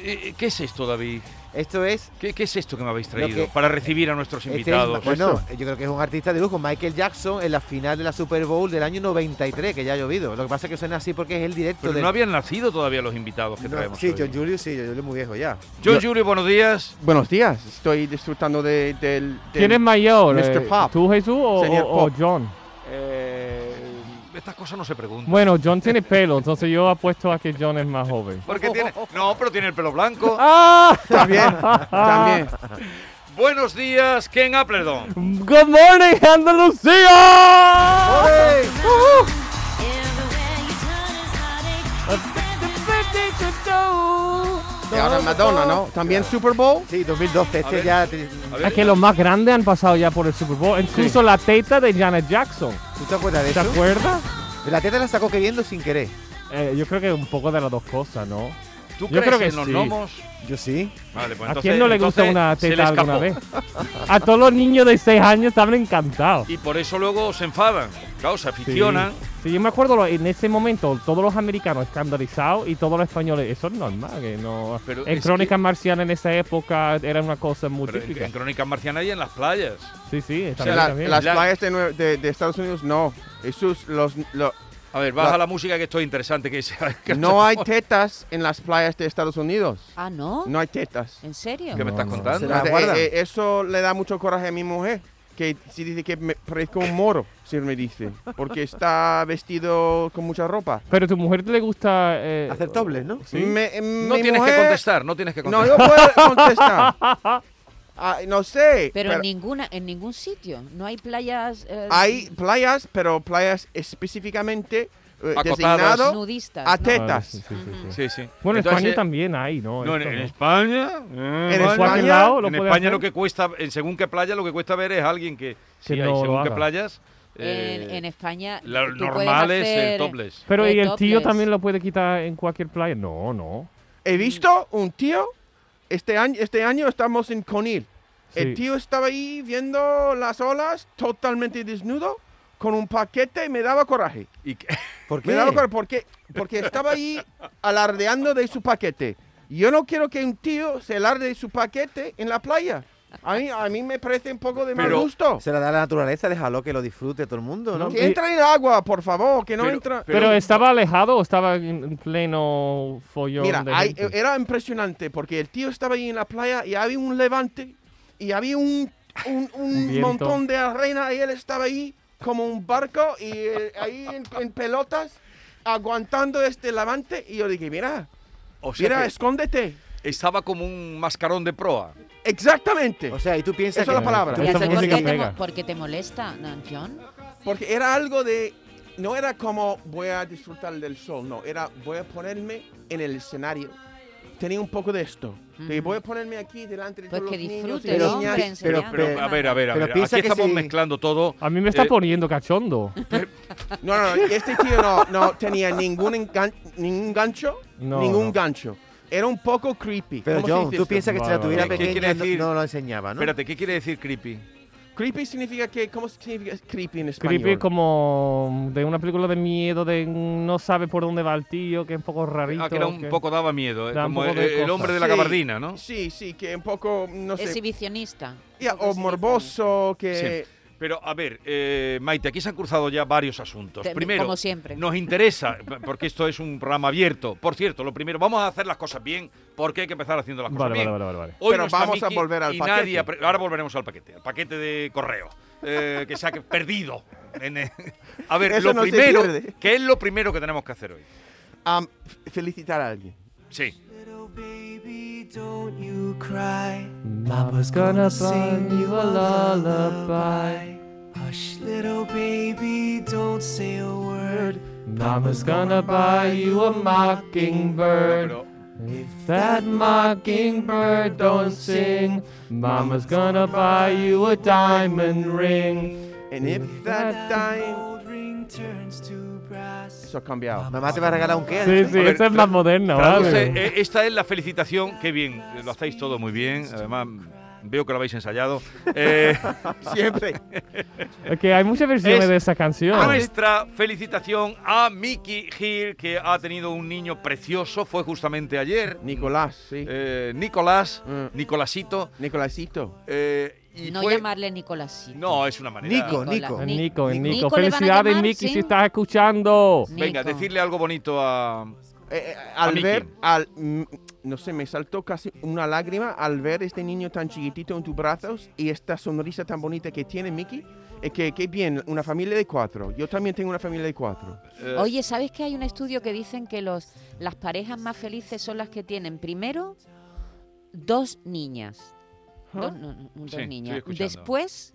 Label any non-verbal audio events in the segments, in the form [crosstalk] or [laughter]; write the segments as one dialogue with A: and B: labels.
A: Eh, ¿Qué es esto, David?
B: Esto es.
A: ¿Qué, qué es esto que me habéis
B: Lo que-
A: traído para recibir a nuestros
B: este es-
A: invitados? Pues
B: bueno, yo creo que es un artista de lujo. Michael Jackson en la final de la Super Bowl del año 93, que ya ha llovido. Lo que pasa es que suena así porque es el directo
A: Pero
B: del.
A: no habían nacido todavía los invitados que
B: No,
A: traemos.
B: sí,
A: hoy.
B: John Julius, sí, John Julius muy viejo ya.
A: John Julio, buenos días.
C: Buenos días, estoy disfrutando de- del... del-
D: ¿Quién es mayor?
C: Mr.
D: eh,
C: Pop.
D: ¿Tú, Jesús, o,
C: Señor
D: o- o
C: Pop.
D: John?
A: Eh, estas cosas no se preguntan.
D: Bueno, John tiene pelo, entonces yo apuesto a que John es más joven.
A: Porque
B: [laughs]
A: tiene. No, pero tiene el pelo blanco.
D: [laughs] ¡Ah!
C: También, también.
A: [laughs] Buenos días, Ken Applerdon.
D: ¡Good morning, Andalucía!
C: Y ahora Madonna, ¿no? También Super Bowl.
B: Sí, 2012,
A: A
B: este
A: ver.
B: ya. te-
A: A
D: Es
A: ver,
D: que los más grandes han pasado ya por el Super Bowl, incluso la teta de Janet Jackson.
B: ¿Tú te acuerdas de
D: ¿Te
B: eso?
D: acuerdas?
B: La teta la sacó queriendo sin querer.
D: Eh, yo creo que un poco de las dos cosas, ¿no?
A: ¿Tú
D: yo
A: crees
D: creo que
A: en los
D: sí.
A: gnomos?
B: Yo sí.
A: Vale, pues
D: ¿A
A: entonces-
D: quién no le gusta
A: entonces
D: una
A: se le
D: teta alguna
A: escapó.
D: vez? A todos los niños de 6 años estaban encantados.
A: Y por eso luego se enfadan. Claro, se
D: Sí.
A: aficionan.
D: Sí, yo me acuerdo lo- en ese momento todos los americanos escandalizados y todos los españoles. Eso es normal, que no.
A: Pero
D: en
A: es
D: crónicas marcianas en esa época era una cosa muy
A: Pero en-
D: típica.
A: en Crónicas Marcianas y en las playas.
D: sí, sí,
C: O
D: también,
C: sea, la-
D: también.
C: las
A: La-
C: playas de, Nue- de- de Estados Unidos, no. Jesús, los, lo-
A: A ver, baja la,
C: La-
A: música que esto es interesante. Que se- [laughs] que
C: no hay tetas en las playas de Estados Unidos.
E: Ah, ¿no?
C: No hay tetas.
E: ¿En serio? Ah,
A: ¿Qué me estás
D: No, no.
A: contando?
B: ¿La
C: Eh,
B: guardan?
C: eh, eso le da mucho coraje a mi mujer, que si dice que me parezco un moro, si me dice, porque está vestido con mucha ropa.
D: Pero a tu mujer le gusta. eh,
B: Hacer dobles, ¿no?
D: Sí.
C: Me-
A: No
C: mi
A: tienes que
C: mujer-
A: contestar, no tienes que
C: No,
A: contestar.
C: yo puedo contestar. [laughs]
E: [laughs]
C: Ah, no sé.
E: Pero, en
C: pero
E: ninguna, en ningún sitio. No hay playas. eh,
C: hay playas, pero playas específicamente eh,
A: Acotadas.
C: designado
E: nudistas.
C: a
E: ¿no?
D: Ah,
C: tetas.
D: sí, sí, sí, sí.
A: Sí, sí.
D: Bueno, en
A: Entonces,
D: España también hay, ¿no?
A: No, en,
D: Esto,
A: en
D: ¿no?
A: España.
C: En
D: En
A: España-
D: cualquier
C: España-
D: lado lo
A: en
D: puede
A: España
D: hacer.
A: lo que cuesta, en según qué playa, lo que cuesta ver es alguien que, sí,
D: Que
A: hay
D: no lo
A: según qué
D: haga.
A: playas, eh,
E: En, en España.
A: la-
E: tú puedes
A: normal es el
E: hacer-
A: topless.
D: Pero
E: de
D: y el tío
E: topless.
D: también lo puede quitar en cualquier playa. No, no.
C: He visto un tío, este año, este año estamos en Conil.
D: Sí.
C: El tío estaba ahí viendo las olas totalmente desnudo con un paquete y me daba coraje.
A: Y que-
B: ¿Por qué?
C: Me daba coraje porque, porque estaba ahí alardeando de su paquete. Yo no quiero que un tío se alarde de su paquete en la playa. A mí, a mí me parece un poco de mal
A: Pero-
C: gusto.
B: Se la da la naturaleza, déjalo que lo disfrute todo el mundo, ¿no?
D: No,
C: Que entra en el agua, por favor, que no
A: Pero-
C: entra.
D: Pero,
A: Pero-
D: estaba alejado o estaba en en pleno follón.
C: Mira,
D: de
C: hay- e,
D: gente?
A: eh,
C: era impresionante porque el tío estaba ahí en la playa y había un levante y había un, un, un
D: Un viento.
C: montón de arena y él estaba ahí como un barco y eh, ahí en, en pelotas aguantando este levante y yo dije, mira,
A: o sea
C: mira,
A: que
C: escóndete.
A: estaba como un mascarón de proa.
C: Exactamente.
B: O sea, y tú piensas
C: Esa
B: que.
C: es la palabra.
B: tú
E: ¿Y a
D: Esa
E: ti
B: piensas que-
E: por
D: música
E: qué te,
D: pega.
E: mo- por qué te molesta, Nan John?
C: Porque era algo de... No era como voy a disfrutar del sol, no, era voy a ponerme en el escenario. Tenía un poco de esto. de
E: Ujú.
C: voy a ponerme aquí delante de
E: Pues
C: todos
E: que
C: los niños y
E: disfrutes,
C: niñas.
E: hombre,
B: pero-
E: enseñando.
A: Pero,
B: Pero-
A: a ver, a ver, a
B: pero
A: ver.
B: piensa
A: Aquí
B: que
A: estamos
B: si-
A: mezclando todo.
D: A mí me está
A: Eh,
D: poniendo cachondo.
C: No, no, no, este tío no, no tenía ningún, engan- ningún gancho,
D: No,
C: ningún
D: no.
C: gancho. Era un poco creepy.
B: Pero
C: ¿Cómo se
B: John,
C: dice
B: tú
C: esto?
B: piensas que si la
D: Vale,
B: tuviera
D: vale.
A: ¿Qué quiere
B: pequeña no-
A: decir?
B: no lo enseñaba, ¿no?
A: Espérate, ¿qué quiere decir creepy?
C: Creepy significa que... ¿Cómo significa creepy en español?
D: Creepy como de una película de miedo, de no sabe por dónde va el tío, que es un poco rarito.
A: Ah, que era un
D: que-
A: poco daba miedo, eh,
D: Da un
A: como
D: poco
A: el,
D: de
A: el
D: cosa.
A: hombre de la
C: Sí,
A: gabardina, ¿no?
C: Sí, sí, que un poco, no sé,
E: Exhibicionista.
C: ya,
E: Un poco
C: o
E: exhibicionista.
C: morboso,
E: Eh,
C: que...
A: Pero a ver, eh, Maite, aquí se han cruzado ya varios asuntos.
E: Te-
A: primero,
E: como siempre.
A: nos interesa, p- porque esto es un programa abierto. Por cierto, lo primero, vamos a hacer las cosas bien, porque hay que empezar haciendo las cosas
D: Vale,
A: bien.
D: vale, vale, vale.
A: Hoy
C: Pero
A: no está
C: vamos a
A: Miki
C: volver al
A: y
C: paquete.
A: nadie ha pre- ahora volveremos al paquete, al paquete de correo, eh, que se ha que-
C: [laughs]
A: perdido. en, eh, a ver,
C: Eso
A: lo
C: no se
A: primero,
C: pierde.
A: ¿qué es lo primero que tenemos que hacer hoy?
C: am- f- felicitar a alguien.
A: Sí.
F: Little baby, don't you cry. Papa's gonna sing you a lullaby. Hush, little baby, don't say a word. Mama's gonna buy you a mockingbird. If that mockingbird don't sing, Mama's gonna buy you a diamond ring.
C: And if that time.
F: gold ring turns to brass.
C: Eso ha cambiado.
B: Mamá te va a regalar un qué.
D: Sí, sí,
A: A ver,
D: esa es
A: tra-
D: más moderna,
A: Traduce,
D: ¿vale?
A: eh, esta es la felicitación. Qué bien, eh, lo hacéis todo muy bien. Además, veo que lo habéis ensayado. Eh,
C: [laughs] Siempre.
D: Es que hay muchas versiones
A: Es-
D: de esa canción.
A: nuestra felicitación a Mickey Hill, que ha tenido un niño precioso. Fue justamente ayer.
C: Nicolás, sí.
A: Eh, Nicolás,
C: Mm.
A: Nicolasito.
C: Nicolásito.
A: eh, y
E: no
A: fue-
E: llamarle Nicolásito.
A: No, es una manera.
B: Nico, Nico.
D: El
E: Ni-
D: Nico, el
E: Ni-
D: Nico.
E: Nico le van a
D: Felicidades,
E: llamar,
D: Nicky,
E: sí.
D: si estás escuchando.
A: Venga,
E: Nico.
A: decirle algo bonito a.
C: Eh, eh, al
A: Mickey.
C: ver, al, mm, no sé, me saltó casi una lágrima al ver este niño tan chiquitito en tus brazos y esta sonrisa tan bonita que tiene Mickey. Es que, qué bien, una familia de cuatro. Yo también tengo una familia de cuatro.
A: eh,
E: Oye, ¿sabes que hay un estudio que dicen que los, las parejas más felices son las que tienen primero dos niñas? Dos, no, no, dos
A: Sí,
E: niñas.
A: estoy escuchando.
E: Después,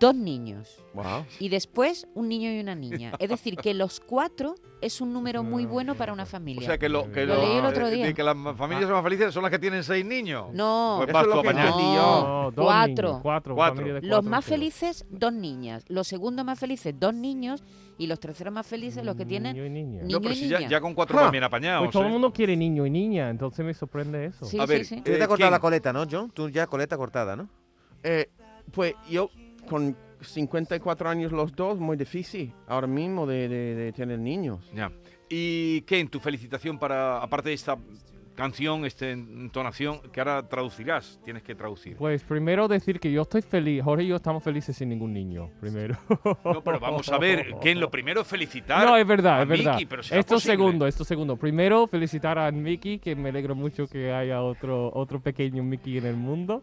E: dos niños.
C: Wow.
E: Y después, un niño y una niña. Es decir, que los cuatro es un número muy bueno para una
A: O
E: familia.
A: sea, que lo, que
E: Lo leí el otro
A: eh,
E: día.
A: de que las ma- familias más felices son las que tienen seis niños.
E: no,
A: Pues
C: Eso es
A: vas tú
C: lo
A: a
C: que
A: apañar.
C: entendí yo.
D: No, dos
E: Cuatro.
D: niños, cuatro,
A: Cuatro.
D: familia de
E: los
D: cuatro,
E: más
D: sí.
E: felices, dos niñas. Los segundos más felices, dos niños. Y los terceros más felices, los que tienen
D: Niño y niña.
E: ni-
A: No, pero
E: Niño y
A: si ya,
E: niña.
A: ya con cuatro
C: Ah.
A: también apañados.
D: Pues todo
A: ¿eh?
D: el mundo quiere niño y niña, entonces me sorprende eso.
E: Sí,
A: A
E: sí,
A: ver,
E: sí.
B: Tú ya te
A: eh,
B: has cortado
A: ¿quién?
B: la coleta, ¿no, John? Tú ya coleta cortada, ¿no?
C: Eh, pues yo, con 54 años los dos, muy difícil ahora mismo de, de- de tener niños.
A: Ya. ¿Y qué en tu felicitación para, aparte de esta canción, esta entonación, que ahora traducirás? Tienes que traducir.
D: Pues primero decir que yo estoy feliz, Jorge y yo estamos felices sin ningún niño, primero.
A: No, pero vamos a ver, que en lo primero
D: [laughs]
A: es felicitar.
D: No, es verdad,
A: a
D: es verdad.
A: Miki, pero será
D: esto
A: posible.
D: segundo, esto segundo. Primero, felicitar a Mickey, que me alegro mucho que haya otro, otro pequeño Mickey en el mundo.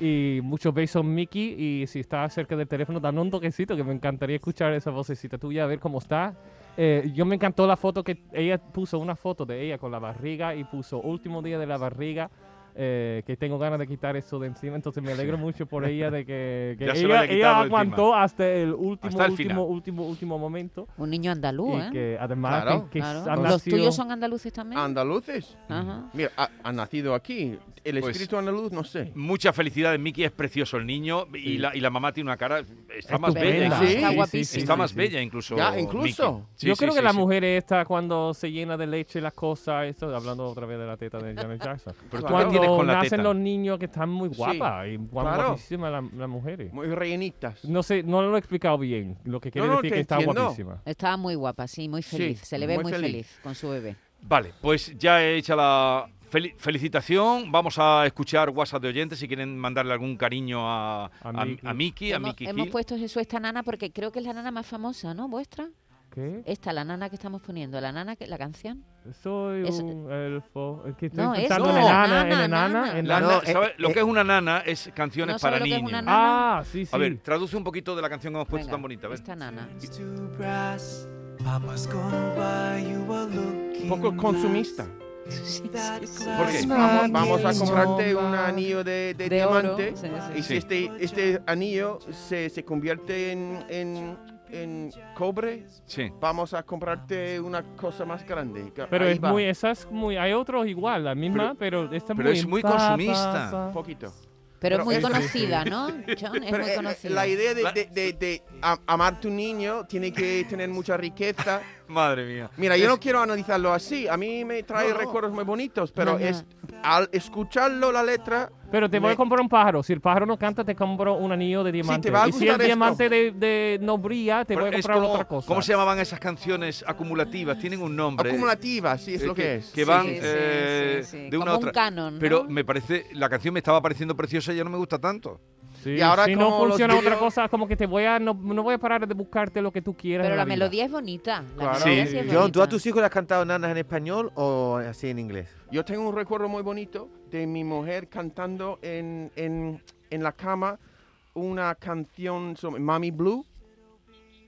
D: Y muchos besos, Mickey. Y si estás cerca del teléfono, dan un toquecito, que me encantaría escuchar esa vocecita tuya, a ver cómo está. Eh, yo me encantó la foto que ella puso, una foto de ella con la barriga y puso último día de la barriga. eh, que tengo ganas de quitar eso de encima, entonces me alegro mucho por ella de que,
A: [laughs]
D: que
A: Ya se lo
D: ella,
A: haya
D: ella
A: quitado de
D: aguantó hasta el último,
A: Hasta el final.
D: último, último, último momento.
E: Un niño andaluz,
D: Y
E: ¿eh?
D: que además
C: Claro,
D: que, que
E: Claro.
D: han
E: Los
D: nacido-
E: tuyos son andaluces también.
C: Andaluces.
E: Ajá.
C: Mira, ha, ha nacido aquí. El
A: Pues-
C: espíritu andaluz, no sé.
A: Muchas felicidades, Miki, es precioso el niño y, la, y la mamá tiene una cara, está más bella.
D: Estupenda.
A: incluso.
C: Sí,
E: está guapísima.
A: está más
D: sí.
A: bella incluso.
C: Ya, incluso.
A: Miki. Sí,
D: Yo
A: sí,
D: creo
A: sí,
D: que la
A: sí.
D: mujer esta cuando se llena de leche las cosas, esto hablando otra vez de la teta de Janet Jackson.
A: [laughs] Pero tú qué
D: cuando
A: tienes con la
D: nacen
A: teta.
D: los niños que están muy
C: Sí,
D: guapas y guap-
C: claro.
D: guapísimas las, las mujeres.
C: Muy rellenitas.
D: No sé, no lo he explicado bien. Lo que quiere
C: No, no,
D: decir
C: te
D: que está
C: entiendo.
D: guapísima.
E: Estaba muy guapa, sí, muy feliz.
C: Sí,
E: Se le ve
C: muy
E: muy feliz.
C: feliz.
E: con su bebé.
A: Vale, pues ya he hecha la fel- felicitación. Vamos a escuchar WhatsApp de oyentes si quieren mandarle algún cariño a, a, a Miki,
D: Miki.
A: a Miki
E: hemos, hemos
A: Gil.
E: puesto Jesús esta nana porque creo que es la nana más famosa, ¿no? Vuestra.
D: ¿Qué?
E: Esta, la nana que estamos poniendo, la nana que la canción.
D: Soy
E: Eso-
D: un elfo. Es que estoy
E: No,
D: pensando
A: eso.
D: en enana,
E: Nana,
D: en enana,
E: nana.
D: en
A: La
D: nana.
B: No,
A: na- ¿sabes?
B: eh,
A: lo que
B: eh,
A: es una nana es canciones
E: no sabe
A: para
E: lo que es
A: niños.
E: una nana.
D: Ah, sí, sí.
A: A ver, traduce un poquito de la canción que hemos puesto
E: Venga,
A: tan bonita. a ver.
E: Esta nana.
F: Turns to brass. Papa's gonna buy you a
C: Un
F: looking
C: poco
F: glass.
C: consumista.
F: That
A: ¿Por qué?
F: glass
C: Vamos, vamos a
F: mountain
C: comprarte un
F: over.
C: anillo de, de
E: De oro,
C: diamante.
E: sí, sí.
C: Y
A: Sí.
C: si este, este anillo se, se convierte en, en, en cobre,
A: Sí.
C: vamos a comprarte una cosa más grande. Ca-
D: Pero
C: ahí
D: es
C: va,
D: muy, esa es muy, hay otros igual, la misma, pero, esta
A: pero
D: muy
A: es muy
D: pa, pa,
A: consumista.
D: pa.
C: un poquito.
E: Pero,
C: Pero
E: es muy
C: es-
A: [laughs]
E: conocida, ¿no? John, es
C: Pero,
E: muy
C: eh,
E: conocida.
C: la idea de,
A: La-
C: de, de- de a- amar tu niño tiene que tener
A: [laughs]
C: mucha riqueza.
A: Madre mía.
C: Mira, yo no quiero analizarlo así. A mí me trae
A: No, no.
C: recuerdos muy bonitos, pero
E: No, no.
C: es, al escucharlo la letra,
D: Pero te voy
C: Me-
D: a comprar un pájaro. Si el pájaro no canta, te compro un anillo de diamante.
C: te va a
D: y si
C: gustar
D: el
C: esto.
D: diamante de, de no brilla, te
A: Pero
D: voy
A: es
D: a comprar
A: como-
D: otra cosa.
A: ¿Cómo se llamaban esas canciones acumulativas? Tienen un nombre.
C: acumulativa, sí, es
A: Eh,
C: lo que es.
A: Que van
E: sí, sí,
A: eh,
E: sí, sí.
A: de una
E: Como
A: a
E: un
A: otra.
E: canon, ¿no?
A: Pero me parece, la canción me estaba pareciendo preciosa y ya no me gusta tanto.
D: Sí,
C: Y ahora
D: si no
C: como los
D: funciona otra
C: vídeos-
D: cosa, como que te voy a, no, no voy a parar de buscarte lo que tú quieras.
E: Pero
D: en
E: la
D: vida.
E: melodía es bonita. La
C: Claro.
E: melodía
A: Sí.
E: sí es
A: Qué
B: John, ¿tú a
E: bonita.
B: tus hijos le has cantado nanas en español o así en inglés?
C: Yo tengo un recuerdo muy bonito de mi mujer cantando en, en, en la cama una canción sobre Mami Blue.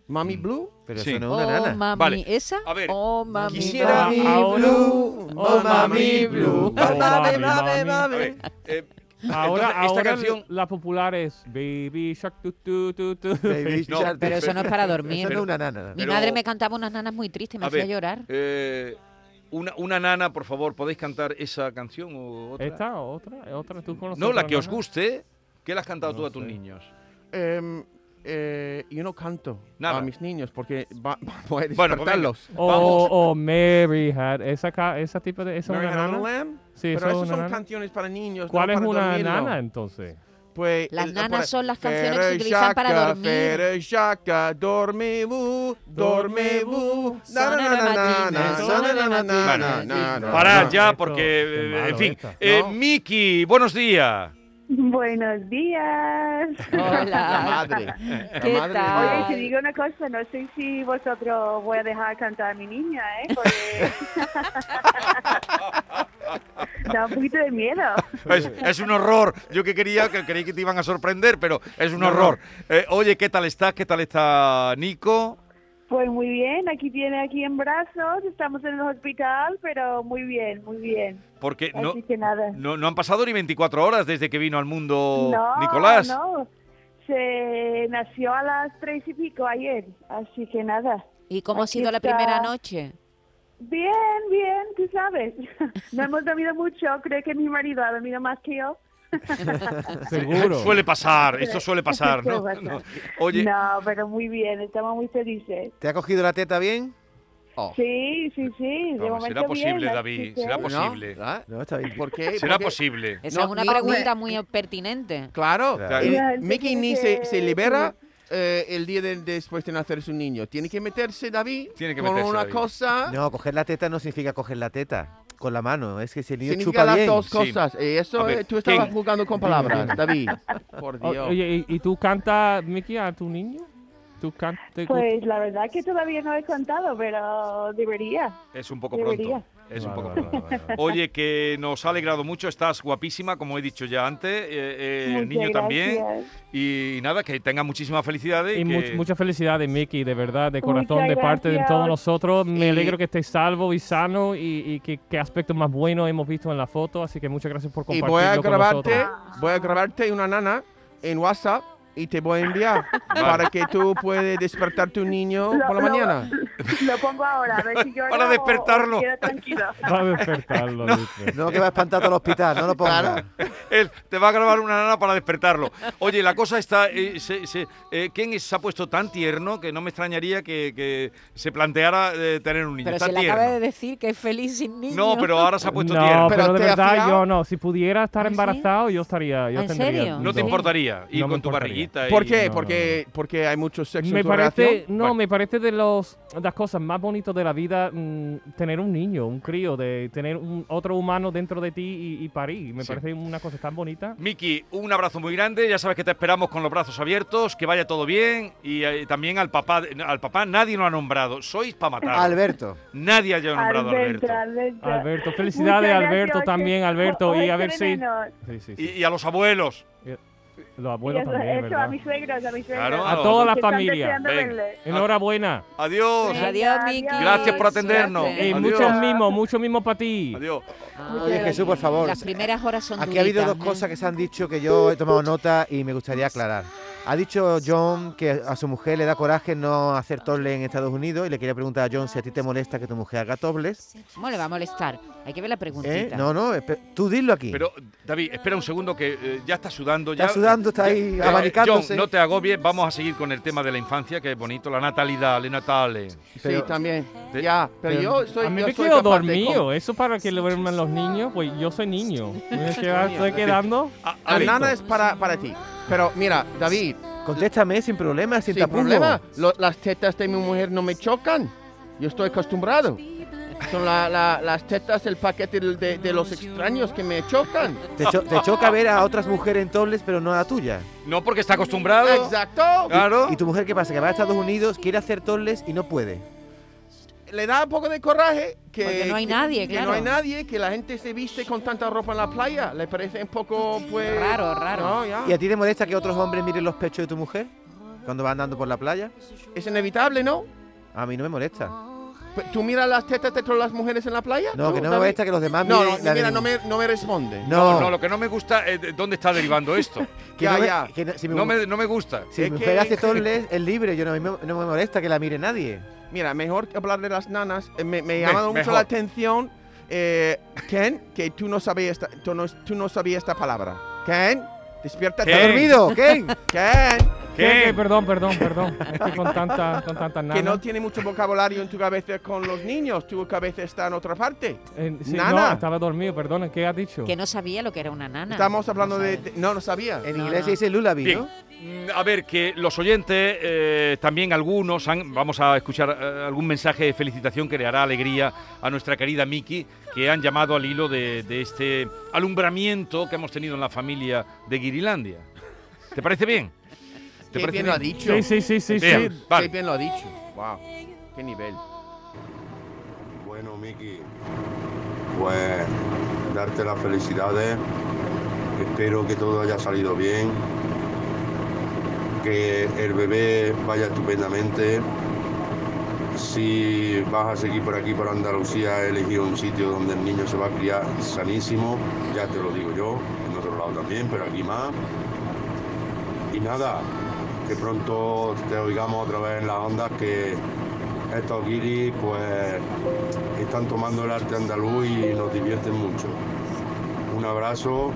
C: Mami Blue.
B: Mm. Pero
A: Sí.
B: eso no
E: Oh,
B: es una nana.
E: mami,
A: Vale.
E: ¿esa?
A: A ver,
E: oh, mami,
A: quisiera-
E: mami.
D: Ahora-
B: Blue,
D: oh, mami
B: blue, [laughs]
D: blue,
B: mami,
D: mami,
B: mami,
D: mami.
A: A ver, eh, Entonces,
D: Ahora,
A: esta
D: ahora
A: canción-
D: la popular es Baby Shark tu, tu, tu, tu. [laughs]
B: Baby
A: No,
B: Shark.
E: pero eso no es para dormir.
B: Eso no es una nana.
E: Mi
A: Pero-
E: madre me cantaba unas nanas muy tristes, me
A: A
E: hacía
A: ver,
E: llorar.
A: eh, una, una nana, por favor, ¿podéis cantar esa canción o otra?
D: ¿Esta o otra? ¿Otra? ¿Tú conoces
A: No, la
D: otra
A: que os
D: nana?
A: guste. ¿Qué le has cantado
D: No
A: tú a tus
D: sé.
A: niños?
C: Em, eh, yo no canto
A: Nada.
C: a mis niños porque va,
A: Bueno,
C: [laughs] voy a
A: pues venga.
C: despertarlos.
D: O, o Oh, Mary Had. Esa, ca- esa tipo de. ¿Esa es
C: Mary
D: una
C: Had a
D: nana?
C: Lamb.
D: Sí,
C: Pero
D: esa es
C: esas
D: una
C: son
D: nana.
C: canciones para niños.
D: ¿Cuál
C: no
D: es
C: para
D: una
C: dormirlo.
D: nana entonces?
C: Pues,
E: Las
C: el-
E: nanas
C: por-
E: son las canciones que se
C: Fere
E: utilizan para
C: shaka,
E: dormir.
C: fere shaka, dormebu, dormebu, na, na, na, na, na, na,
E: Sonora
C: na, na, na, na,
A: Bueno,
C: na, na, na,
A: Parad
C: na.
A: ya,
D: esto,
A: porque.
D: qué
A: eh,
D: malo
A: en fin.
D: esta.
A: Eh,
C: No.
A: Miki, buenos días.
G: Buenos días. [laughs]
C: La
E: Hola.
C: madre. La
E: ¿Qué
C: madre.
E: tal?
G: Oye, te digo una cosa, no sé si vosotros voy a dejar cantar a mi niña, ¿eh? Porque... [laughs] da un poquito de miedo.
A: Es, es un horror. Yo que quería, que creí que te iban a sorprender, pero es un horror. Eh, oye, ¿qué tal estás? ¿Qué tal está Nico?
G: Pues muy bien, aquí tiene aquí en brazos, estamos en el hospital, pero muy bien, muy bien.
A: Porque
G: Así
A: no,
G: que nada.
A: no, no han pasado ni 24 horas desde que vino al mundo
G: no,
A: Nicolás.
G: no. Se nació a las tres y pico ayer, así que nada.
E: ¿Y cómo ha
G: Aquí
E: sido la
G: está.
E: primera noche?
G: Bien, bien, tú sabes. [laughs] No hemos dormido mucho, creo que mi marido ha dormido más que yo.
D: [laughs] Seguro.
G: [laughs]
A: Suele pasar, esto suele pasar, ¿no?
G: Suele pasar.
A: [laughs] No. Oye,
G: No, pero muy bien, estamos muy felices.
B: ¿Te ha cogido la teta bien?
G: Sí, sí, sí. De
A: Oh. no,
G: momento
A: será posible,
G: bien, así
A: David,
G: que-
A: será
C: ¿No?
A: posible.
C: ¿Ah?
B: No, está bien.
C: ¿Por qué?
A: Será
C: Porque-
A: posible.
E: Esa
C: No,
E: es una
C: dime.
E: pregunta muy pertinente.
C: Claro.
B: Claro.
C: eh,
G: Ya, él se
C: Mickey
G: tiene
C: ni se,
G: que-
C: se libera eh, el día de- después de nacer su niño. Tiene que meterse David
A: Tiene que
C: con
A: meterse,
C: una
A: David.
C: cosa.
B: No, coger la teta no significa coger la teta con la mano. Es que si el niño
C: Significa
B: chupa
C: las
B: bien.
C: dos
A: Sí.
C: cosas. Eh, eso
A: A ver,
C: eh, tú estabas
A: ¿quién?
C: jugando con palabras, David. [laughs] Por
D: O-
C: Dios.
D: oye, ¿y, y tú cantas, Mickey, a tu niño? ¿Tú cantas? te gusta?
G: Pues la verdad que todavía no he contado, pero debería.
A: Es un poco
G: Debería.
A: pronto. Es un
D: Vale,
A: poco
D: vale,
A: pronto.
D: vale, vale.
G: [laughs]
A: Oye, que nos ha alegrado mucho, estás guapísima, como he dicho ya antes, eh, eh, el
G: Muchas
A: niño también.
G: gracias.
A: Y nada, que tenga muchísimas felicidades. que-
D: Y much- mucha felicidad de Mickey, de verdad, de corazón,
G: Muchas
D: de parte de todos
G: gracias.
D: nosotros. Me
C: Y-
D: alegro que estés salvo y sano y, y que, que aspectos más buenos hemos visto en la foto. Así que muchas gracias por
C: y
D: compartirlo
C: voy a
D: con
C: grabarte,
D: nosotros.
C: voy a grabarte una nana en WhatsApp y te voy a enviar para que tú puedas despertar tu niño
G: Lo-
C: por la
G: lo- [laughs]
C: mañana.
G: Lo pongo ahora, a ver si llora
A: [laughs] Para
G: o-
A: despertarlo.
G: o queda tranquilo.
D: [laughs] Va
A: [laughs]
D: a despertarlo. dice.
B: No, que va a espantar todo el hospital. No lo pongas.
A: Él te va a grabar una nana para despertarlo. Oye, la cosa está. eh, se- se- eh, Ken es- se ha puesto tan tierno que no me extrañaría que, que se planteara eh, tener un niño.
E: Pero
A: Está
E: se le
A: tierno.
E: acaba de decir que es feliz sin niño.
A: No, pero ahora
E: [laughs]
A: se ha puesto
D: No,
A: tierno.
D: pero,
C: Pero
D: de
C: te has
D: verdad
C: fiado.
D: yo no. Si pudiera estar
E: ¿Ah, sí?
D: embarazado, yo estaría. Yo
E: ¿En
D: tendría
E: serio?
A: No te
D: dos.
A: importaría ir
D: No me
A: con tu
D: importaría.
A: barriguita. y-
C: ¿Por qué?
D: no, no,
C: porque, porque hay mucho sexo
D: Me
C: en tu relación.
D: parece, no,
A: Vale.
D: me parece de los las cosas más bonitas de la vida mm, tener un niño, un crío, de tener un, otro humano dentro de ti y, y parir. Me
A: Sí.
D: parece una cosa tan bonita.
A: Miki, un abrazo muy grande. Ya sabes que te esperamos con los brazos abiertos, que vaya todo bien. Y eh, también al papá, al papá nadie lo ha nombrado. Sois para matar.
B: Alberto.
A: Nadie haya nombrado a Alberto.
G: Alberto, Alberto.
D: Alberto, felicidades
G: Muchas
D: Ah, Alberto
G: gracias,
D: también,
G: que-
D: Alberto.
G: Oye,
D: Y a ver
G: qué
D: si...
G: veneno.
D: Sí, sí,
A: Y,
D: sí. Eh,
A: y a los abuelos.
D: Los abuelos
G: Eso,
D: también,
G: eso, a
D: ¿verdad?
G: mis suegros, a mis suegros.
A: Claro.
D: A toda la
G: Que están
D: familia.
G: deseando
A: Venga.
G: verles.
D: Enhorabuena. Eh,
A: Adiós.
G: Venga,
E: Adiós, Miki.
A: Gracias por atendernos.
D: Y
A: Adiós.
D: muchos mimos, muchos mimos para ti.
A: Adiós.
B: Oye, Jesús, por favor.
E: Las primeras horas son
B: Aquí ha habido
E: duritas,
B: dos
E: ¿eh?
B: cosas que se han dicho que yo he tomado nota y me gustaría aclarar. Ha dicho John que a su mujer le da coraje no hacer tobles en Estados Unidos y le quería preguntar a John si a ti te molesta que tu mujer haga tobles.
E: ¿Cómo le va a molestar? Hay que ver la
B: ¿Eh?
E: preguntita.
B: No, no, espe- tú dilo aquí.
A: Pero, David, espera un segundo que eh, ya está sudando.
B: Está
A: ya-
B: sudando, está ahí
A: Eh,
B: abanicándose.
A: John, no te agobies, vamos a seguir con el tema de la infancia, que es bonito, la natalidad, la natale.
C: Sí,
B: Pero-
C: también.
A: Te-
C: ya, pero yo soy.
D: a mí
C: yo
D: me
C: soy
D: quedo
C: capaz de con-
D: dormido. Eso para que lo duerman los niños. Pues yo soy niño. Me queda- estoy quedando.
A: A-
C: La
A: Alberto,
C: nana es para, para ti. Pero mira, David,
B: Contéstame sin problema, sin,
C: sin
B: tapujos.
C: problema, lo- las tetas de mi mujer no me chocan. Yo estoy acostumbrado. Son la- la- las tetas, el paquete de, de- de los extraños que me chocan.
B: Te, cho- te choca ver a otras mujeres en tobles, pero no a la tuya.
A: no porque está acostumbrado.
C: Exacto.
A: Claro.
B: ¿Y tu mujer qué pasa? Que va a Estados Unidos, quiere hacer tobles y no puede.
C: le da un poco de coraje que
E: Porque no hay
C: que-
E: nadie,
C: que
E: claro.
C: no hay nadie, que la gente se viste con tanta ropa en la playa. Le parece un poco, pues.
E: Raro, raro.
C: No, ya.
B: ¿Y a ti te molesta que otros hombres miren los pechos de tu mujer cuando va andando por la playa?
C: Es inevitable, ¿no?
B: A mí no me molesta.
C: Pe- ¿Tú miras las tetas de todas las mujeres en la playa?
B: No,
C: ¿Tú
B: que no me
C: también?
B: molesta que los demás
C: No,
B: miren
C: no,
B: la de
C: mira,
B: mí.
C: no me, no me responde.
A: No,
B: No,
A: no, lo que no me gusta es de- dónde está derivando esto.
B: [laughs] que
C: ya,
B: no me-
C: ya.
B: que no- si mi
A: No
B: mu-
A: me, no me gusta.
B: si
C: es
B: mi
C: que-
B: mujer hace toles, es libre. Yo no, a mí me- no me molesta que la mire nadie.
C: Mira, mejor que hablar de las nanas. eh, Me, me
A: Me-
C: ha llamado mucho
A: mejor.
C: la atención, eh, Ken, que tú no sabías esta, tú no, tú no sabías esta palabra. Ken, despiértate.
B: ¿Está
A: Ken.
B: dormido?
D: [laughs]
A: [laughs]
B: ¿Quién?
C: Ken,
D: ¿Qué?
A: ¿Qué?
D: ¿Qué? Perdón, perdón, perdón. Es que con tanta, con tantas
C: que no
D: nanas.
C: tiene mucho vocabulario en tu cabeza con los niños. Tu cabeza está en otra parte.
D: Eh, sí,
C: nana.
D: no, estaba dormido, perdón. ¿Qué has dicho?
E: Que no sabía lo que era una nana.
C: Estamos hablando de,
E: sabes.
C: de- No, no sabía.
B: En
E: No,
B: inglés
E: no.
B: se dice lullaby,
A: Bien.
B: ¿no?
A: Mm, A ver, que los oyentes, eh, también algunos, han- vamos a escuchar eh, algún mensaje de felicitación que le hará alegría a nuestra querida Miki, que han llamado al hilo de, de este alumbramiento que hemos tenido en la familia de Guirilandia. ¿Te parece bien? ¿Te
C: Qué
A: parece
C: bien lo ha dicho.
D: Sí, sí, sí, sí.
A: Bien,
D: sí.
C: Qué
A: vale.
C: bien lo ha dicho. Wow. Qué nivel.
H: Bueno, Miki, pues darte las felicidades. Espero que todo haya salido bien. Que el bebé vaya estupendamente. Si vas a seguir por aquí, por Andalucía, he elegido un sitio donde el niño se va a criar sanísimo. Ya te lo digo yo, en otro lado también, pero aquí más. Y nada, que pronto te oigamos otra vez en las ondas que estos guiris, pues están tomando el arte andaluz y nos divierten mucho. Un abrazo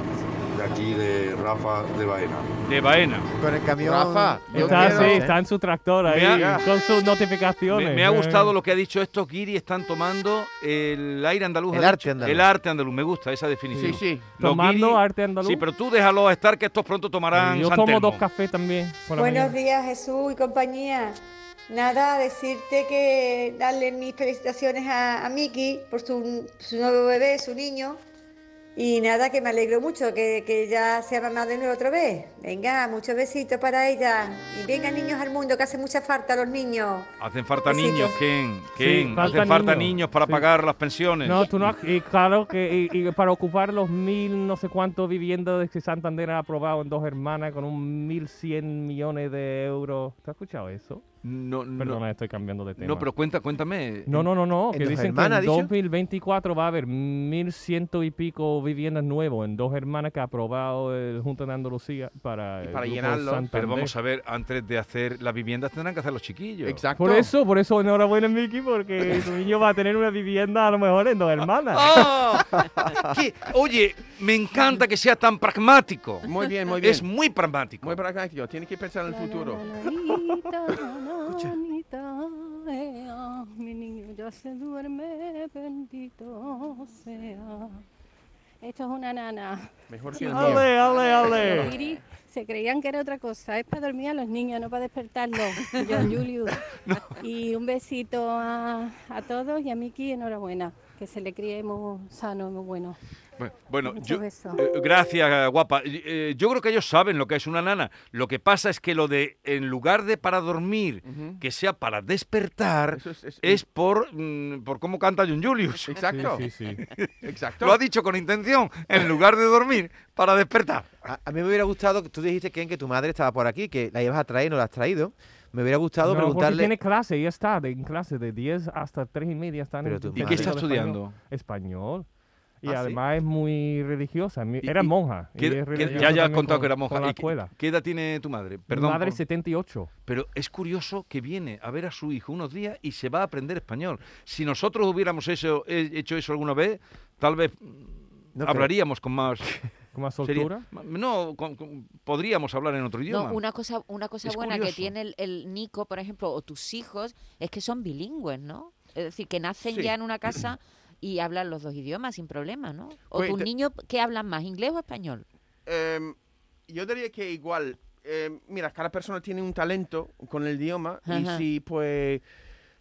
H: de aquí de Rafa de Baena.
A: De Baena.
B: Con el camión.
C: Rafa, yo
D: Está,
C: quiero,
D: sí,
C: ¿eh?
D: está en su tractor ahí,
A: Me ha-
D: con sus notificaciones. Eh,
A: Me, me ha gustado lo que ha dicho. Estos guiris están tomando el aire andaluz.
B: El
A: ha
B: arte
A: dicho.
B: andaluz.
A: El arte andaluz. Me gusta esa definición.
C: Sí, sí.
A: Los
D: Tomando
A: guiris-
D: arte andaluz.
A: Sí, pero tú déjalos estar, que estos pronto tomarán
D: Yo
A: San
D: tomo
A: Telmo.
D: dos cafés también. por la
I: Buenos
D: mañana.
I: días, Jesús y compañía. Nada, decirte que darle mis felicitaciones a, a Miki por su, su nuevo bebé, su niño. Y nada, que me alegro mucho que, que ya sea mamá de nuevo otra vez. Venga, muchos besitos para ella. Y venga, niños al mundo, que hace mucha falta a los niños.
A: Hacen falta
I: Besitos.
A: niños, Ken. Ken.
D: faltan
A: Hacen falta niños,
D: niños.
A: para
D: Sí.
A: pagar las pensiones.
D: No, tú no. has- Y claro que y, y para ocupar los mil, no sé cuántos viviendas de que Santander ha aprobado en dos hermanas con un mil cien millones de euros. ¿Te has escuchado eso?
A: No, no,
D: Perdona, estoy cambiando de tema.
A: no, pero cuenta, cuéntame.
D: No, no, no, no,
B: ¿En
D: que
B: dos
D: dicen que en
B: hermanas, Eh, ha dicho?
D: 2024 va a haber mil ciento y pico viviendas nuevas en dos hermanas que ha aprobado el Junta de Andalucía para,
C: Y
D: el
C: para
D: Grupo
C: llenarlo,
D: Santander.
A: Pero vamos a ver, antes de hacer las viviendas tendrán que hacer los chiquillos.
C: Exacto.
D: Por eso, por eso enhorabuena,
A: [laughs]
D: Miki, porque tu niño va a tener una vivienda a lo mejor en dos hermanas.
A: ¡Ah! Que- Oye, me encanta que sea tan pragmático.
C: Muy bien, muy bien.
A: Es muy pragmático.
C: Muy pragmático. Tienes que pensar en el futuro.
J: Escucha. Mi niño ya se duerme, bendito sea. Esto es una nana.
C: Mejor que el mío.
D: Ale, ale, ale.
J: Los guiris se creían que era otra cosa. Es para dormir a los niños, no para despertarlos. John Julius. Y un besito a, a todos y a Miki, enhorabuena. Que se le críe muy sano, muy bueno.
A: Bueno,
J: Muchos
A: yo,
J: besos.
A: Eh, Gracias, guapa. Y, eh, yo creo que ellos saben lo que es una nana. Lo que pasa es que lo de en lugar de para dormir,
C: Ujú.
A: que sea para despertar,
C: Eso es, es-
A: es por, mm, por cómo canta John Julius.
C: [laughs] Exacto.
D: Sí, sí, sí.
C: [laughs] Exacto.
A: Lo ha dicho con intención, en lugar de dormir, para despertar.
B: A, a mí me hubiera gustado, que tú dijiste, Ken, que tu madre estaba por aquí, que la ibas a traer y no la has traído. Me hubiera gustado
D: No, porque
B: preguntarle.
D: tiene clase, ya está, de- en clase de 10 hasta 3 y media. Está en
B: Pero
D: el
B: tu
D: instituto
A: ¿Y
B: madre.
A: qué
B: Vale.
A: está
D: de español.
A: estudiando?
D: Español. Y
B: ¿Ah, sí?
D: además es muy religiosa. mi-
A: ¿Y-
D: Era
A: y-
D: monja. y
A: ¿Qué-
D: es
A: qué-
D: religiosa
A: ya ya has
D: también
A: contado
D: con-
A: que era
D: Con
A: monja.
D: la
A: ¿Y qué-
D: escuela.
A: ¿Qué, edad tiene tu madre?
D: Perdón,
A: Perdón.
D: madre
A: por-
D: 78.
A: Pero es curioso que viene a ver a su hijo unos días y se va a aprender español. Si nosotros hubiéramos eso, eh, hecho eso alguna vez, tal vez mm,
B: No, pero-
A: hablaríamos con más
D: [laughs] Con más
A: Sería-
D: soltura.
A: ma- no, con- con- podríamos hablar en otro idioma.
E: No, una cosa, una cosa
A: Es
E: buena
A: curioso.
E: que tiene el, el Nico, por ejemplo, o tus hijos, es que son bilingües, ¿no? Es decir, que nacen
A: Sí.
E: ya en una casa y hablan los dos idiomas sin problema, ¿no? O
C: Oye,
E: tus
C: te-
E: niños, ¿qué hablan más, inglés o español?
C: Em, yo diría que igual, em, mira, cada persona tiene un talento con el idioma y
E: Ajá.
C: si pues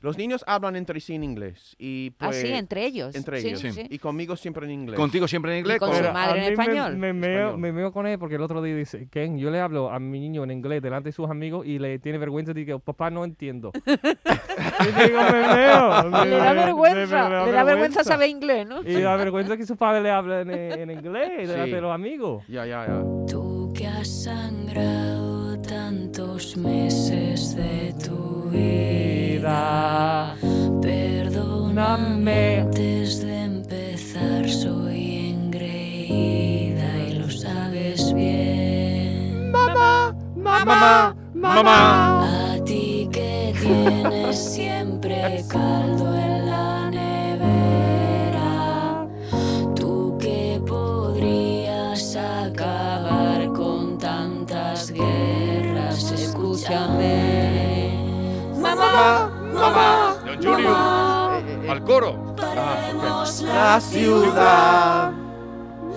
C: los niños hablan entre sí en inglés y pues
E: Así, Ah, entre ellos.
C: entre
E: Sí,
C: ellos
E: sí,
A: Sí.
E: sí.
C: y conmigo siempre en inglés.
A: Contigo siempre en inglés.
E: con
A: con-
E: su
D: Pero
E: madre
D: a
E: en
D: mí me-
E: español.
D: Me, meo-
C: Español.
D: me meo con él porque el otro día dice, Ken, yo le hablo a mi niño en inglés delante de sus amigos y le tiene vergüenza de que papá
E: [laughs]
D: no entiendo. [laughs] y digo, me meo. me-
E: Le da
D: me-
E: vergüenza,
D: me-
E: le da vergüenza saber inglés, ¿no?
D: Y da vergüenza que su padre le hable en, en inglés delante
C: Sí.
D: de los amigos.
C: Ya, ya, ya.
J: Tú que has sangrado tantos meses de tu vida, perdón.
A: mamá, mamá.
K: A ti que tienes siempre caldo en la nevera, tú que podrías acabar con tantas guerras, escúchame. Mamá, mamá,
A: Don Julio, al coro.
K: paremos
A: La ciudad.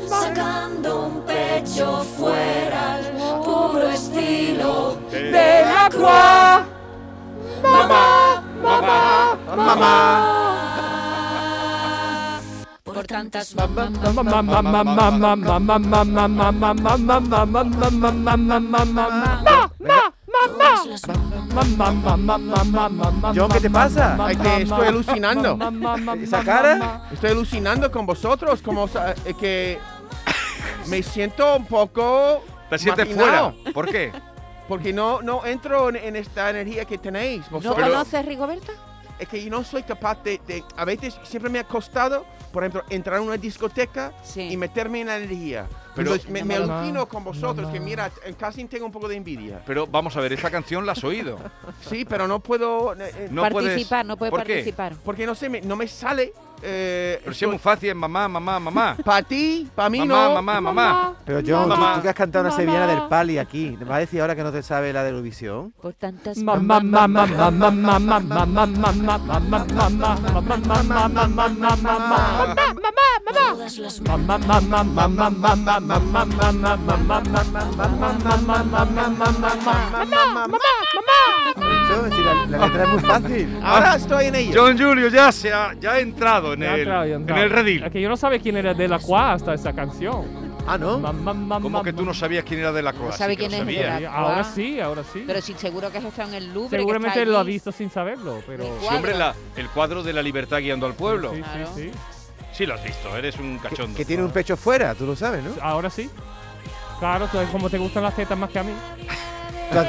K: sacando un pecho fuera al puro estilo de la crua. Mamá, mamá, mamá. Por tantas mamás.
B: John, ¿qué te pasa?
C: Ay, que estoy alucinando.
B: ¿Esa cara?
C: Estoy alucinando con vosotros, como sa- eh, que me siento un poco.
A: Te sientes
C: marginado.
A: fuera. ¿Por qué?
C: Porque no, no entro en, en esta energía que tenéis.
E: ¿No
C: Vosotros.
E: conoces Rigoberta?
C: Es que yo no soy capaz de, de- A veces siempre me ha costado, por ejemplo, entrar a una discoteca y meterme en la energía.
A: Pero-
C: Pero me, me
A: Mamá,
C: alucino con vosotros, que
A: mamá.
C: mira, eh, casi tengo un poco de envidia.
A: Pero vamos a ver, esta canción la has oído.
C: Sí, pero no puedo eh,
A: No puedes- Participar, no puedes ¿Por qué? participar.
C: Porque no sé, me- no me sale. eh,
A: Pero si es muy fácil, mamá, mamá, mamá.
C: Para ti, para mí
A: Mamá,
C: no.
A: mamá, mamá.
B: Pero John, tú-
A: Mamá.
B: tú que has cantado una sevillana del pali aquí, ¿me vas a decir ahora que no te sabe la de Eurovisión?
E: Por tantas
D: Mamá, mamá, mamá, mamá, mamá, mamá, mamá, mamá, mamá, mamá, mamá, mamá, mamá, mamá. Mamá, mamá, mamá, mamá, mamá, mamá, mamá, mamá, mamá, mamá, mamá, mamá, mamá.
B: John, si la, la letra es muy fácil.
C: Ahora estoy en ello.
A: John Julio ya se ha, ya ha entrado en,
D: Ya ha
A: el,
D: entrado, ya ha
A: en
D: entrado.
A: el redil.
D: Es que yo no sabía quién era de la cuá hasta esa canción.
B: Ah, ¿no?
A: ¿Cómo que tú no sabías quién era de la Croa?
E: sabe
A: Sí que lo
E: quién es de
A: sabía.
E: la Croa.
D: Ahora sí, ahora sí.
E: Pero sí, seguro que has estado en el Louvre. que
D: Seguramente
E: está
D: lo ha
E: allí.
D: visto sin saberlo, pero...
E: Mi
A: Sí, hombre, la- el cuadro de la libertad guiando al pueblo.
D: Sí, sí, sí.
A: Sí, lo has visto, eres un cachondo.
B: Que tiene un pecho fuera, tú lo sabes, ¿no?
D: Ahora sí. Claro, tú- como te gustan las tetas más que a mí.
B: Tú has,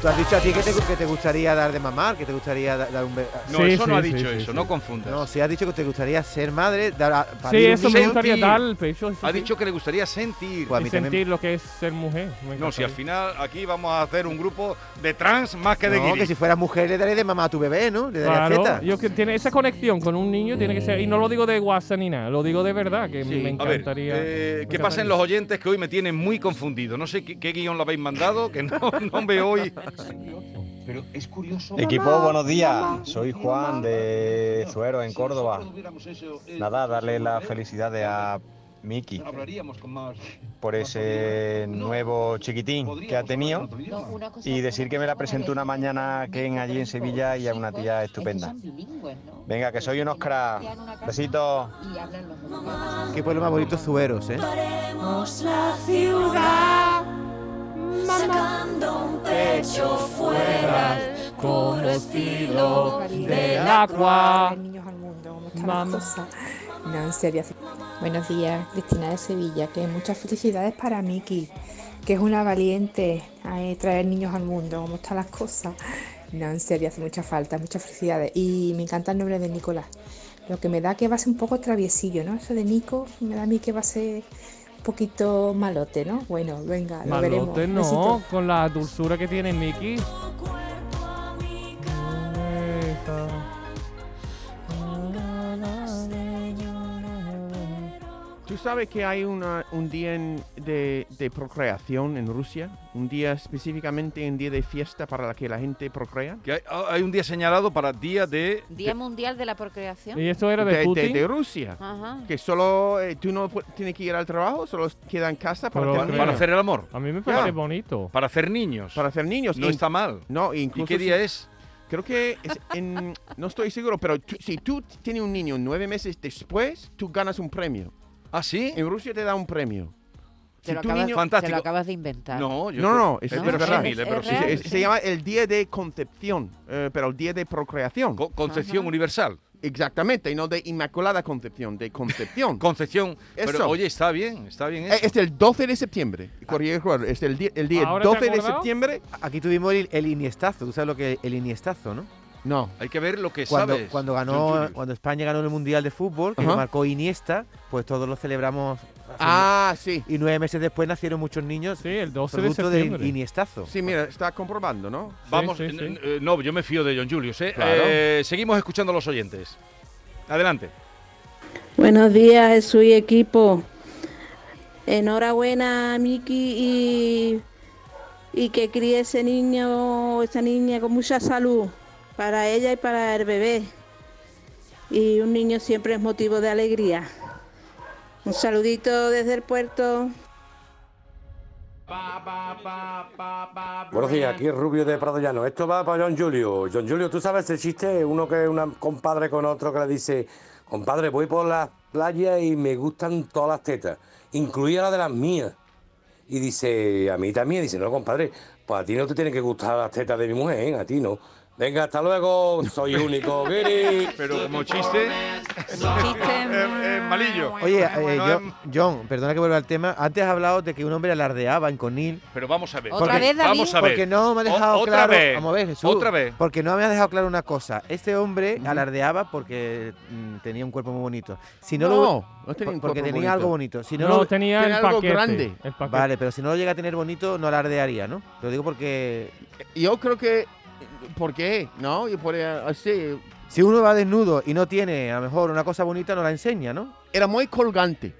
B: tú has dicho a ti que te, que te gustaría dar de mamar, que te gustaría da- dar un bebé.
A: No, eso no ha dicho eso, no confundas.
B: No, si has dicho que te gustaría ser madre, dar a, parir
D: Sí,
B: un
D: eso me
B: niño.
D: gustaría dar pues, el pecho.
A: Ha dicho que le gustaría sentir.
B: Pues a mí
D: y
B: también-
D: sentir lo que es ser mujer. Me
A: No, si
D: encantaría.
A: al final aquí vamos a hacer un grupo de trans más que de
B: No,
A: guiris.
B: que si fueras mujer le darías de mamá a tu bebé, ¿no? Le darías
D: Claro,
B: teta.
D: yo que tiene esa conexión con un niño tiene que ser. Y no lo digo de guasa ni nada, lo digo de verdad, que me
A: A ver,
D: encantaría.
A: eh,
D: me
A: que
D: encantaría.
A: pasen los oyentes que hoy me tienen muy confundido. No sé qué, qué guión lo habéis mandado, que no, [laughs] no veo hoy. Pero es curioso.
L: Equipo, buenos días. Soy Juan de Suero, en Córdoba. Nada, darle las felicidades a Miki por ese nuevo chiquitín que ha tenido y decir que me la presentó una mañana que en allí en Sevilla y a una tía estupenda. Venga, que soy un Oscar. Besitos.
B: Qué pueblo más bonito Zuberos, ¿eh?
K: Paremos la ciudad, sacando un pecho fuera al puro estilo del agua.
M: Buenos días, Cristina de Sevilla, que muchas felicidades para Miki, que es una valiente a eh, traer niños al mundo, cómo están las cosas. No, en serio, hace mucha falta, muchas felicidades. Y me encanta el nombre de Nicolás. Lo que me da que va a ser un poco traviesillo, ¿no? Eso de Nico me da a mí que va a ser un poquito malote, ¿no? Bueno, venga, lo veremos.
D: Malote no,
M: Besitos.
D: con la dulzura que tiene Mickey.
C: Tú sabes que hay una- un día en- de, de procreación en Rusia, un día específicamente un día de fiesta para la que la gente procrea.
A: Que hay, ah, hay un día señalado para día Ah. de.
E: Día Mundial de la Procreación.
C: de Rusia.
E: Ajá.
C: Que solo eh, tú no pu- tienes que ir al trabajo, solo queda en casa para,
A: Para,
C: tener
A: para
C: niños.
A: hacer el amor.
D: A mí me
C: parece
D: bonito.
A: Para hacer niños.
C: Para hacer niños.
A: No
C: In-
A: está mal.
C: No, incluso
A: qué
C: si-
A: día es?
C: Creo que es en- [laughs] no estoy seguro, pero tú- si tú tienes un niño nueve meses después, tú ganas un premio.
A: ¿Ah, sí?
C: En Rusia te da un premio.
E: Te, lo
C: tu
E: acabas,
C: niño-
E: te lo acabas de inventar.
A: No, yo
C: no,
A: creo-
C: no,
A: es
C: es,
A: verosímil, es verosímil.
C: Se, se llama el día de concepción, eh, pero el día de procreación.
A: concepción Ajá. universal.
C: Exactamente, y no de inmaculada concepción, de concepción.
A: [laughs] concepción,
C: Eso.
A: Pero oye, Ah. está bien, está bien.
C: Eh, es el 12 de septiembre. Corría el jugador, Es el día, el día 12 de septiembre.
B: Aquí tuvimos el, el iniestazo, tú sabes lo que el iniestazo, ¿no?
C: No.
A: Hay que ver lo que
B: Cuando,
A: sabes.
B: cuando
A: John
B: ganó,
A: Julius.
B: cuando España ganó el Mundial de Fútbol, que lo
A: Ajá.
B: marcó Iniesta, pues todos lo celebramos
C: Ah, sí.
B: Y nueve meses después nacieron muchos niños. Sí, el
C: 12 de
B: producto del
C: septiembre.
B: iniestazo.
C: Sí, mira, está comprobando, ¿no?
A: Vamos, n- n- eh, no, yo me fío de John Julius. ¿eh?
C: Claro.
A: Eh, seguimos escuchando a los oyentes. Adelante.
N: Buenos días, Jesús y equipo. Enhorabuena, Miki, y, y que críe ese niño o esa niña con mucha salud para ella y para el bebé. Y un niño siempre es motivo de alegría. Un saludito desde el puerto.
O: Buenos días, aquí Rubio de Prado Llano. Esto va para John Julio. John Julio, tú sabes el chiste, uno que es un compadre con otro que le dice, compadre, voy por las playas y me gustan todas las tetas, incluida la de las mías. Y dice, a mí también, dice, no, compadre, pues a ti no te tienen que gustar las tetas de mi mujer, ¿eh? a ti no. Venga, hasta luego,
A: [laughs]
O: soy único, guiri".
A: Pero como chiste. [laughs] Eh, eh, malillo.
B: Oye, eh,
A: No
B: yo- John, perdona que vuelva al tema. Antes has hablado de que un hombre alardeaba en Conil.
A: Pero vamos a ver.
B: Porque-
A: Vamos a ver.
B: Porque no me ha
A: O-
B: dejado
A: otra
B: claro.
A: Vez.
B: Vamos a ver, Jesús.
A: Otra vez.
B: Porque no me ha dejado claro una cosa. Este hombre alardeaba porque mm, tenía un cuerpo muy bonito. Si no,
C: No,
B: lo,
C: no tenía un
B: porque
C: cuerpo
B: tenía
C: bonito.
B: algo bonito. Si no,
D: No,
B: lo-
D: tenía Tenía el algo paquete, grande. el paquete.
B: Vale, pero si no lo llega a tener bonito, no alardearía, ¿no? Te Lo digo porque
C: Yo creo que. ¿Por qué? ¿No? Yo podría. Así.
B: si uno va desnudo y no tiene a lo mejor una cosa bonita, no la enseña, ¿no?
C: Era muy colgante.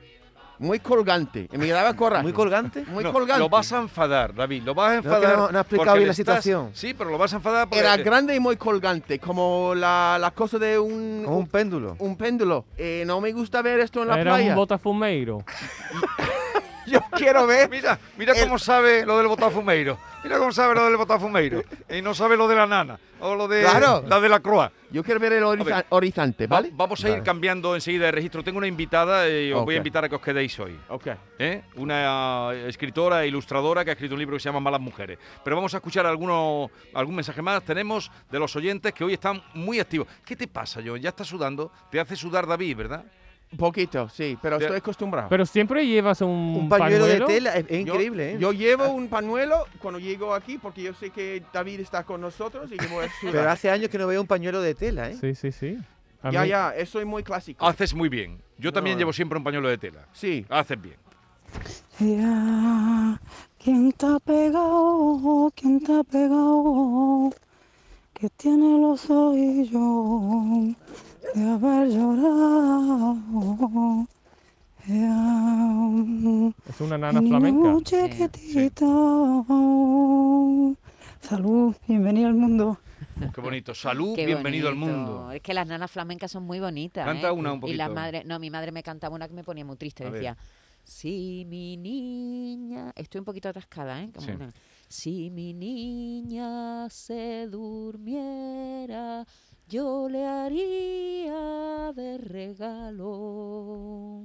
C: Muy colgante. Y me daba coraje. ¿Muy
B: colgante?
C: Muy
A: No,
C: colgante.
A: Lo vas a enfadar, David. Lo vas a
C: No, que no-
A: enfadar.
C: no ha explicado
A: porque
C: bien
A: le
C: la
A: estás-
C: situación.
A: Sí, pero lo vas a enfadar porque.
C: Era grande y muy colgante, como la, la cosa de un...
B: Como un péndulo.
C: Un péndulo. Eh, no me gusta ver esto en la
D: Era
C: playa.
D: un botafumeiro.
C: [laughs] Yo
A: [laughs]
C: quiero ver...
A: Mira, mira cómo sabe lo del botafumeiro. Mira cómo sabe lo del botafumeiro. Y no sabe lo de la nana. O lo de
C: Claro.
A: la de la croa.
C: Yo quiero ver el
A: A
C: horiza-
A: ver.
C: horizonte,
A: Va-
C: ¿vale?
A: Vamos a ir
C: Vale.
A: cambiando enseguida de registro. Tengo una invitada y os voy a
C: Ok.
A: invitar a que os quedéis hoy.
C: Ok.
A: ¿Eh? Una eh, escritora e ilustradora que ha escrito un libro que se llama Malas Mujeres. Pero vamos a escuchar alguno, algún mensaje más. Tenemos de los oyentes que hoy están muy activos. ¿Qué te pasa, John? Ya estás sudando. Te hace sudar David, ¿verdad?
C: Poquito, sí, pero
A: Te-
C: estoy acostumbrado.
D: Pero siempre llevas un,
C: Yo-
B: ¿eh?
A: ¿eh?
C: Yo
A: Ah.
C: llevo un pañuelo cuando llego aquí porque yo sé que David está con nosotros y
A: [laughs]
C: que voy a sudar.
B: Pero hace años que no veo un pañuelo de tela, ¿eh?
D: Sí, sí, sí. A
C: Ya,
D: mí-
C: ya, eso es muy clásico.
A: Haces muy bien. Yo también llevo siempre un pañuelo de tela.
C: Sí.
A: Haces bien.
P: Ya, ¿quién te ha pegado? ¿Quién te ha pegado? Que tiene los oídos de haber llorado. Ya,
D: Es una nana
P: niño
D: flamenca.
P: chiquitito. Salud, bienvenido al mundo.
A: Qué
C: [laughs]
A: bonito. Salud,
E: Qué
A: bienvenido al
E: bonito.
A: mundo.
E: Es que las nanas flamencas son muy bonitas.
A: Canta
E: ¿eh?
A: una un
E: Y la
A: poquito.
E: madre, no, mi madre me cantaba una que me ponía muy triste.
A: A ver.
E: decía, si mi niña, estoy un poquito atascada, ¿eh? Como
A: Sí.
E: una- si mi niña se durmiera, yo le haría de regalo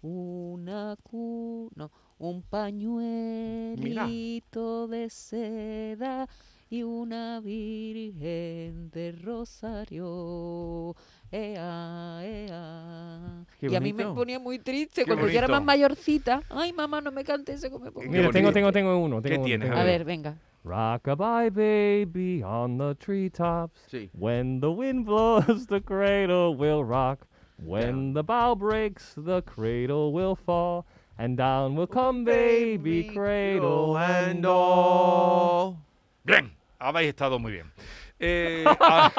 E: una cu no, un pañuelito de seda y una virgen de rosario. Ea, ea.
D: Qué
E: y a mí me
D: bonito.
E: ponía muy triste
D: Qué
E: cuando yo era
D: bonito.
E: más mayorcita. Ay, mamá, no me cante eso que me pongo.
D: Mira,
E: muy triste".
D: tengo, tengo, tengo uno.
E: ¿Qué
D: Tengo uno,
E: tienes?
D: tengo
E: A
D: uno.
E: ver, venga.
D: Rockabye baby on the treetops. When the wind blows, the cradle will rock. When the bow breaks, the cradle will fall. And down
A: Oh,
D: will come baby, cradle and all.
A: Bien, habéis estado muy bien.
B: [laughs]
A: Eh, a-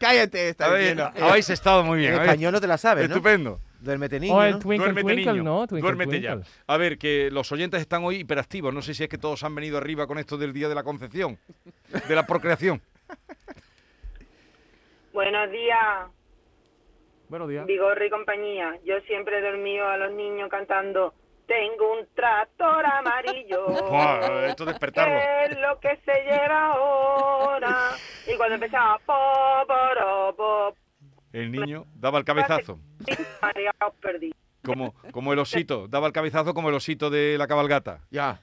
C: Cállate, está
A: habéis,
C: bien.
A: [laughs] habéis estado muy bien.
B: El
A: habéis-
B: pañuelo te la sabes, ¿no?
A: Estupendo.
D: Oh,
B: Duérmete niño, O Oh, el ¿no? twinkle,
A: Duérmete,
B: twinkle,
A: niño.
B: ¿no? Twinkle,
A: Duérmete ya.
B: twinkle.
A: A ver, que los oyentes están hoy hiperactivos. No sé si es que todos han venido arriba con esto del día de la concepción, de la
B: [laughs]
A: procreación.
Q: Buenos días,
D: Buenos días.
Q: Vigorro y compañía. Yo siempre he dormido a los niños cantando Tengo un tractor amarillo.
A: Buah, esto despertarlo.
Q: ¿Qué es lo que se lleva ahora? Y cuando empezaba po, poro, po,
A: El niño daba el cabezazo,
Q: mareados perdí.
A: como, como el osito. Daba el cabezazo como el osito de la cabalgata.
C: Ya.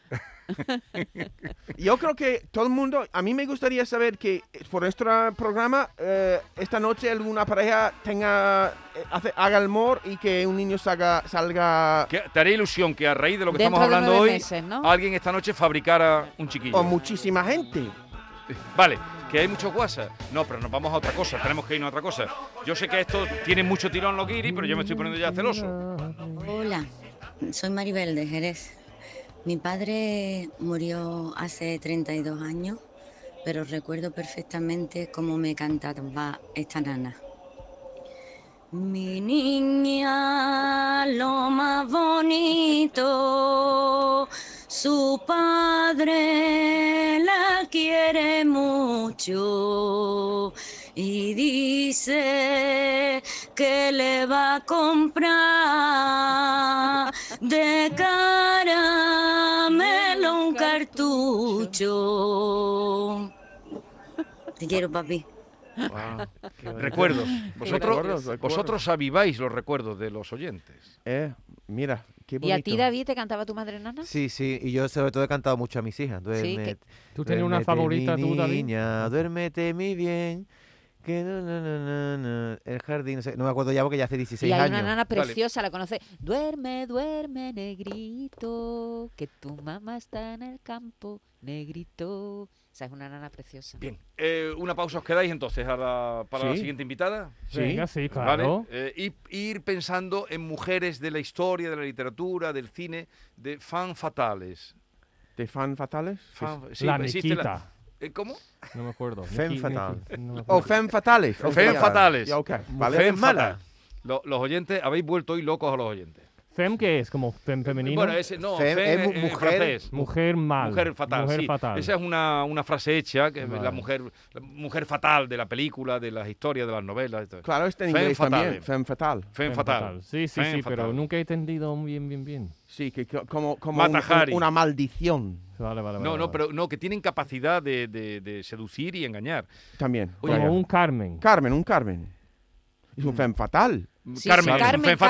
C: Yo creo que todo el mundo, a mí me gustaría saber que eh, por nuestro programa, eh, esta noche alguna pareja tenga, eh, hace- haga el amor y que un niño salga... salga
A: Que te haré ilusión que a raíz de lo que
C: Dentro
A: estamos
C: de
A: hablando
C: nueve
A: hoy,
C: meses, ¿no?
A: alguien esta noche fabricara un chiquillo.
C: o muchísima gente.
A: Vale, que hay muchos WhatsApp. No, pero nos vamos a otra cosa, tenemos que irnos a otra cosa. Yo sé que esto tiene mucho tirón los guiris, pero yo me estoy poniendo ya
C: [laughs]
A: celoso.
R: Hola, soy Maribel de Jerez. Mi padre murió hace 32 años, pero recuerdo perfectamente cómo me cantaba esta nana.
S: Mi niña, lo más bonito, su padre la quiere mucho y dice que le va a comprar de caramelo un cartucho.
R: Te quiero, papi.
C: Ah,
A: Recuerdos.
C: Recuerdos,
A: Vosotros,
C: recuerdos.
A: vosotros aviváis los recuerdos de los oyentes.
C: Eh, mira, qué
E: ¿Y a ti, David, te cantaba tu madre nana?
B: Sí, sí, y yo sobre todo he cantado mucho a mis hijas. Duerme,
E: que-
D: ¿Tú tenías una
B: duérmete,
D: favorita,
B: mi
D: tú, David?
B: Niña, duérmete muy bien. Que no, no, no, no, no. El jardín, no, sé, no me acuerdo ya porque ya hace 16
E: Y hay
B: años.
E: una nana preciosa, la conoce. Duerme, duerme, negrito, que tu mamá está en el campo, negrito. O sea, es una nana preciosa.
A: Bien. Eh, una pausa os quedáis entonces a la- para la
D: Sí.
A: siguiente invitada.
D: Sí. Venga, sí, claro.
A: Vale. Eh, y- ir pensando en mujeres de la historia, de la literatura, del cine, de fan fatales.
C: ¿De fan fatales?
A: Fan- sí,
C: Sí, sí.
A: existe la- Eh, ¿cómo?
D: No me acuerdo.
C: Femme
D: Nikki-
C: fatale.
D: Nikki- no me
C: O
D: acuerdo.
C: Oh, femme fatales. o
A: Fem
C: sea,
A: fatales.
C: ya, ok, vale.
A: Fem
C: Es mala.
A: fatal. Lo- los oyentes, habéis vuelto hoy locos a los oyentes.
D: ¿Fem qué es? ¿Como fem femenino?
A: Bueno, ese no, Fem fem es mu- es- es mujer- francés.
D: Mujer mal.
A: Mujer fatal.
D: Mujer
A: sí.
D: fatal.
A: Esa es una, una frase hecha, que
D: Vale.
A: la mujer la mujer fatal de la película, de las historias, de las novelas. y todo.
C: Claro, está en
A: Fem
C: inglés
A: fatale.
C: también. Femme fatal.
A: Fem fatal.
D: Sí, sí,
A: Fem
D: sí,
A: fatal.
D: pero nunca he entendido muy bien, bien, bien.
C: Sí, que co- como, como un-
A: Matajari.
C: un- una maldición.
D: Vale, vale,
A: No, no, pero no, que tienen capacidad de, de- de seducir y engañar.
C: También.
A: Oye,
C: Vaya.
D: un Carmen.
C: Carmen, un Carmen. Es un femme fatal.
E: Sí, sí, Carmen, Carmen está,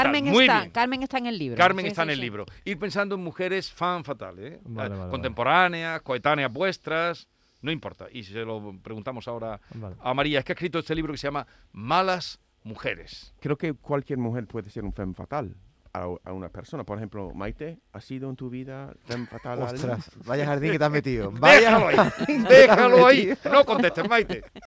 E: Carmen está en el libro.
A: Carmen
E: Sí,
A: está
E: sí,
A: en el
E: sí.
A: libro. Ir pensando en mujeres fan fatales, ¿eh?
D: Vale, vale,
A: contemporáneas, coetáneas vuestras, no importa. Y se lo preguntamos ahora
D: Vale.
A: a María, es que ha escrito este libro que se llama Malas Mujeres.
C: Creo que cualquier mujer puede ser un femme fatal a, a una persona. Por ejemplo, Maite, ¿ha sido en tu vida femme fatal? a alguien? [laughs]
A: [laughs]
B: Ostras, vaya jardín que te has metido. Vaya
A: Déjalo ahí,
B: jardín que te has
A: déjalo ahí.
B: metido.
A: No contestes, Maite.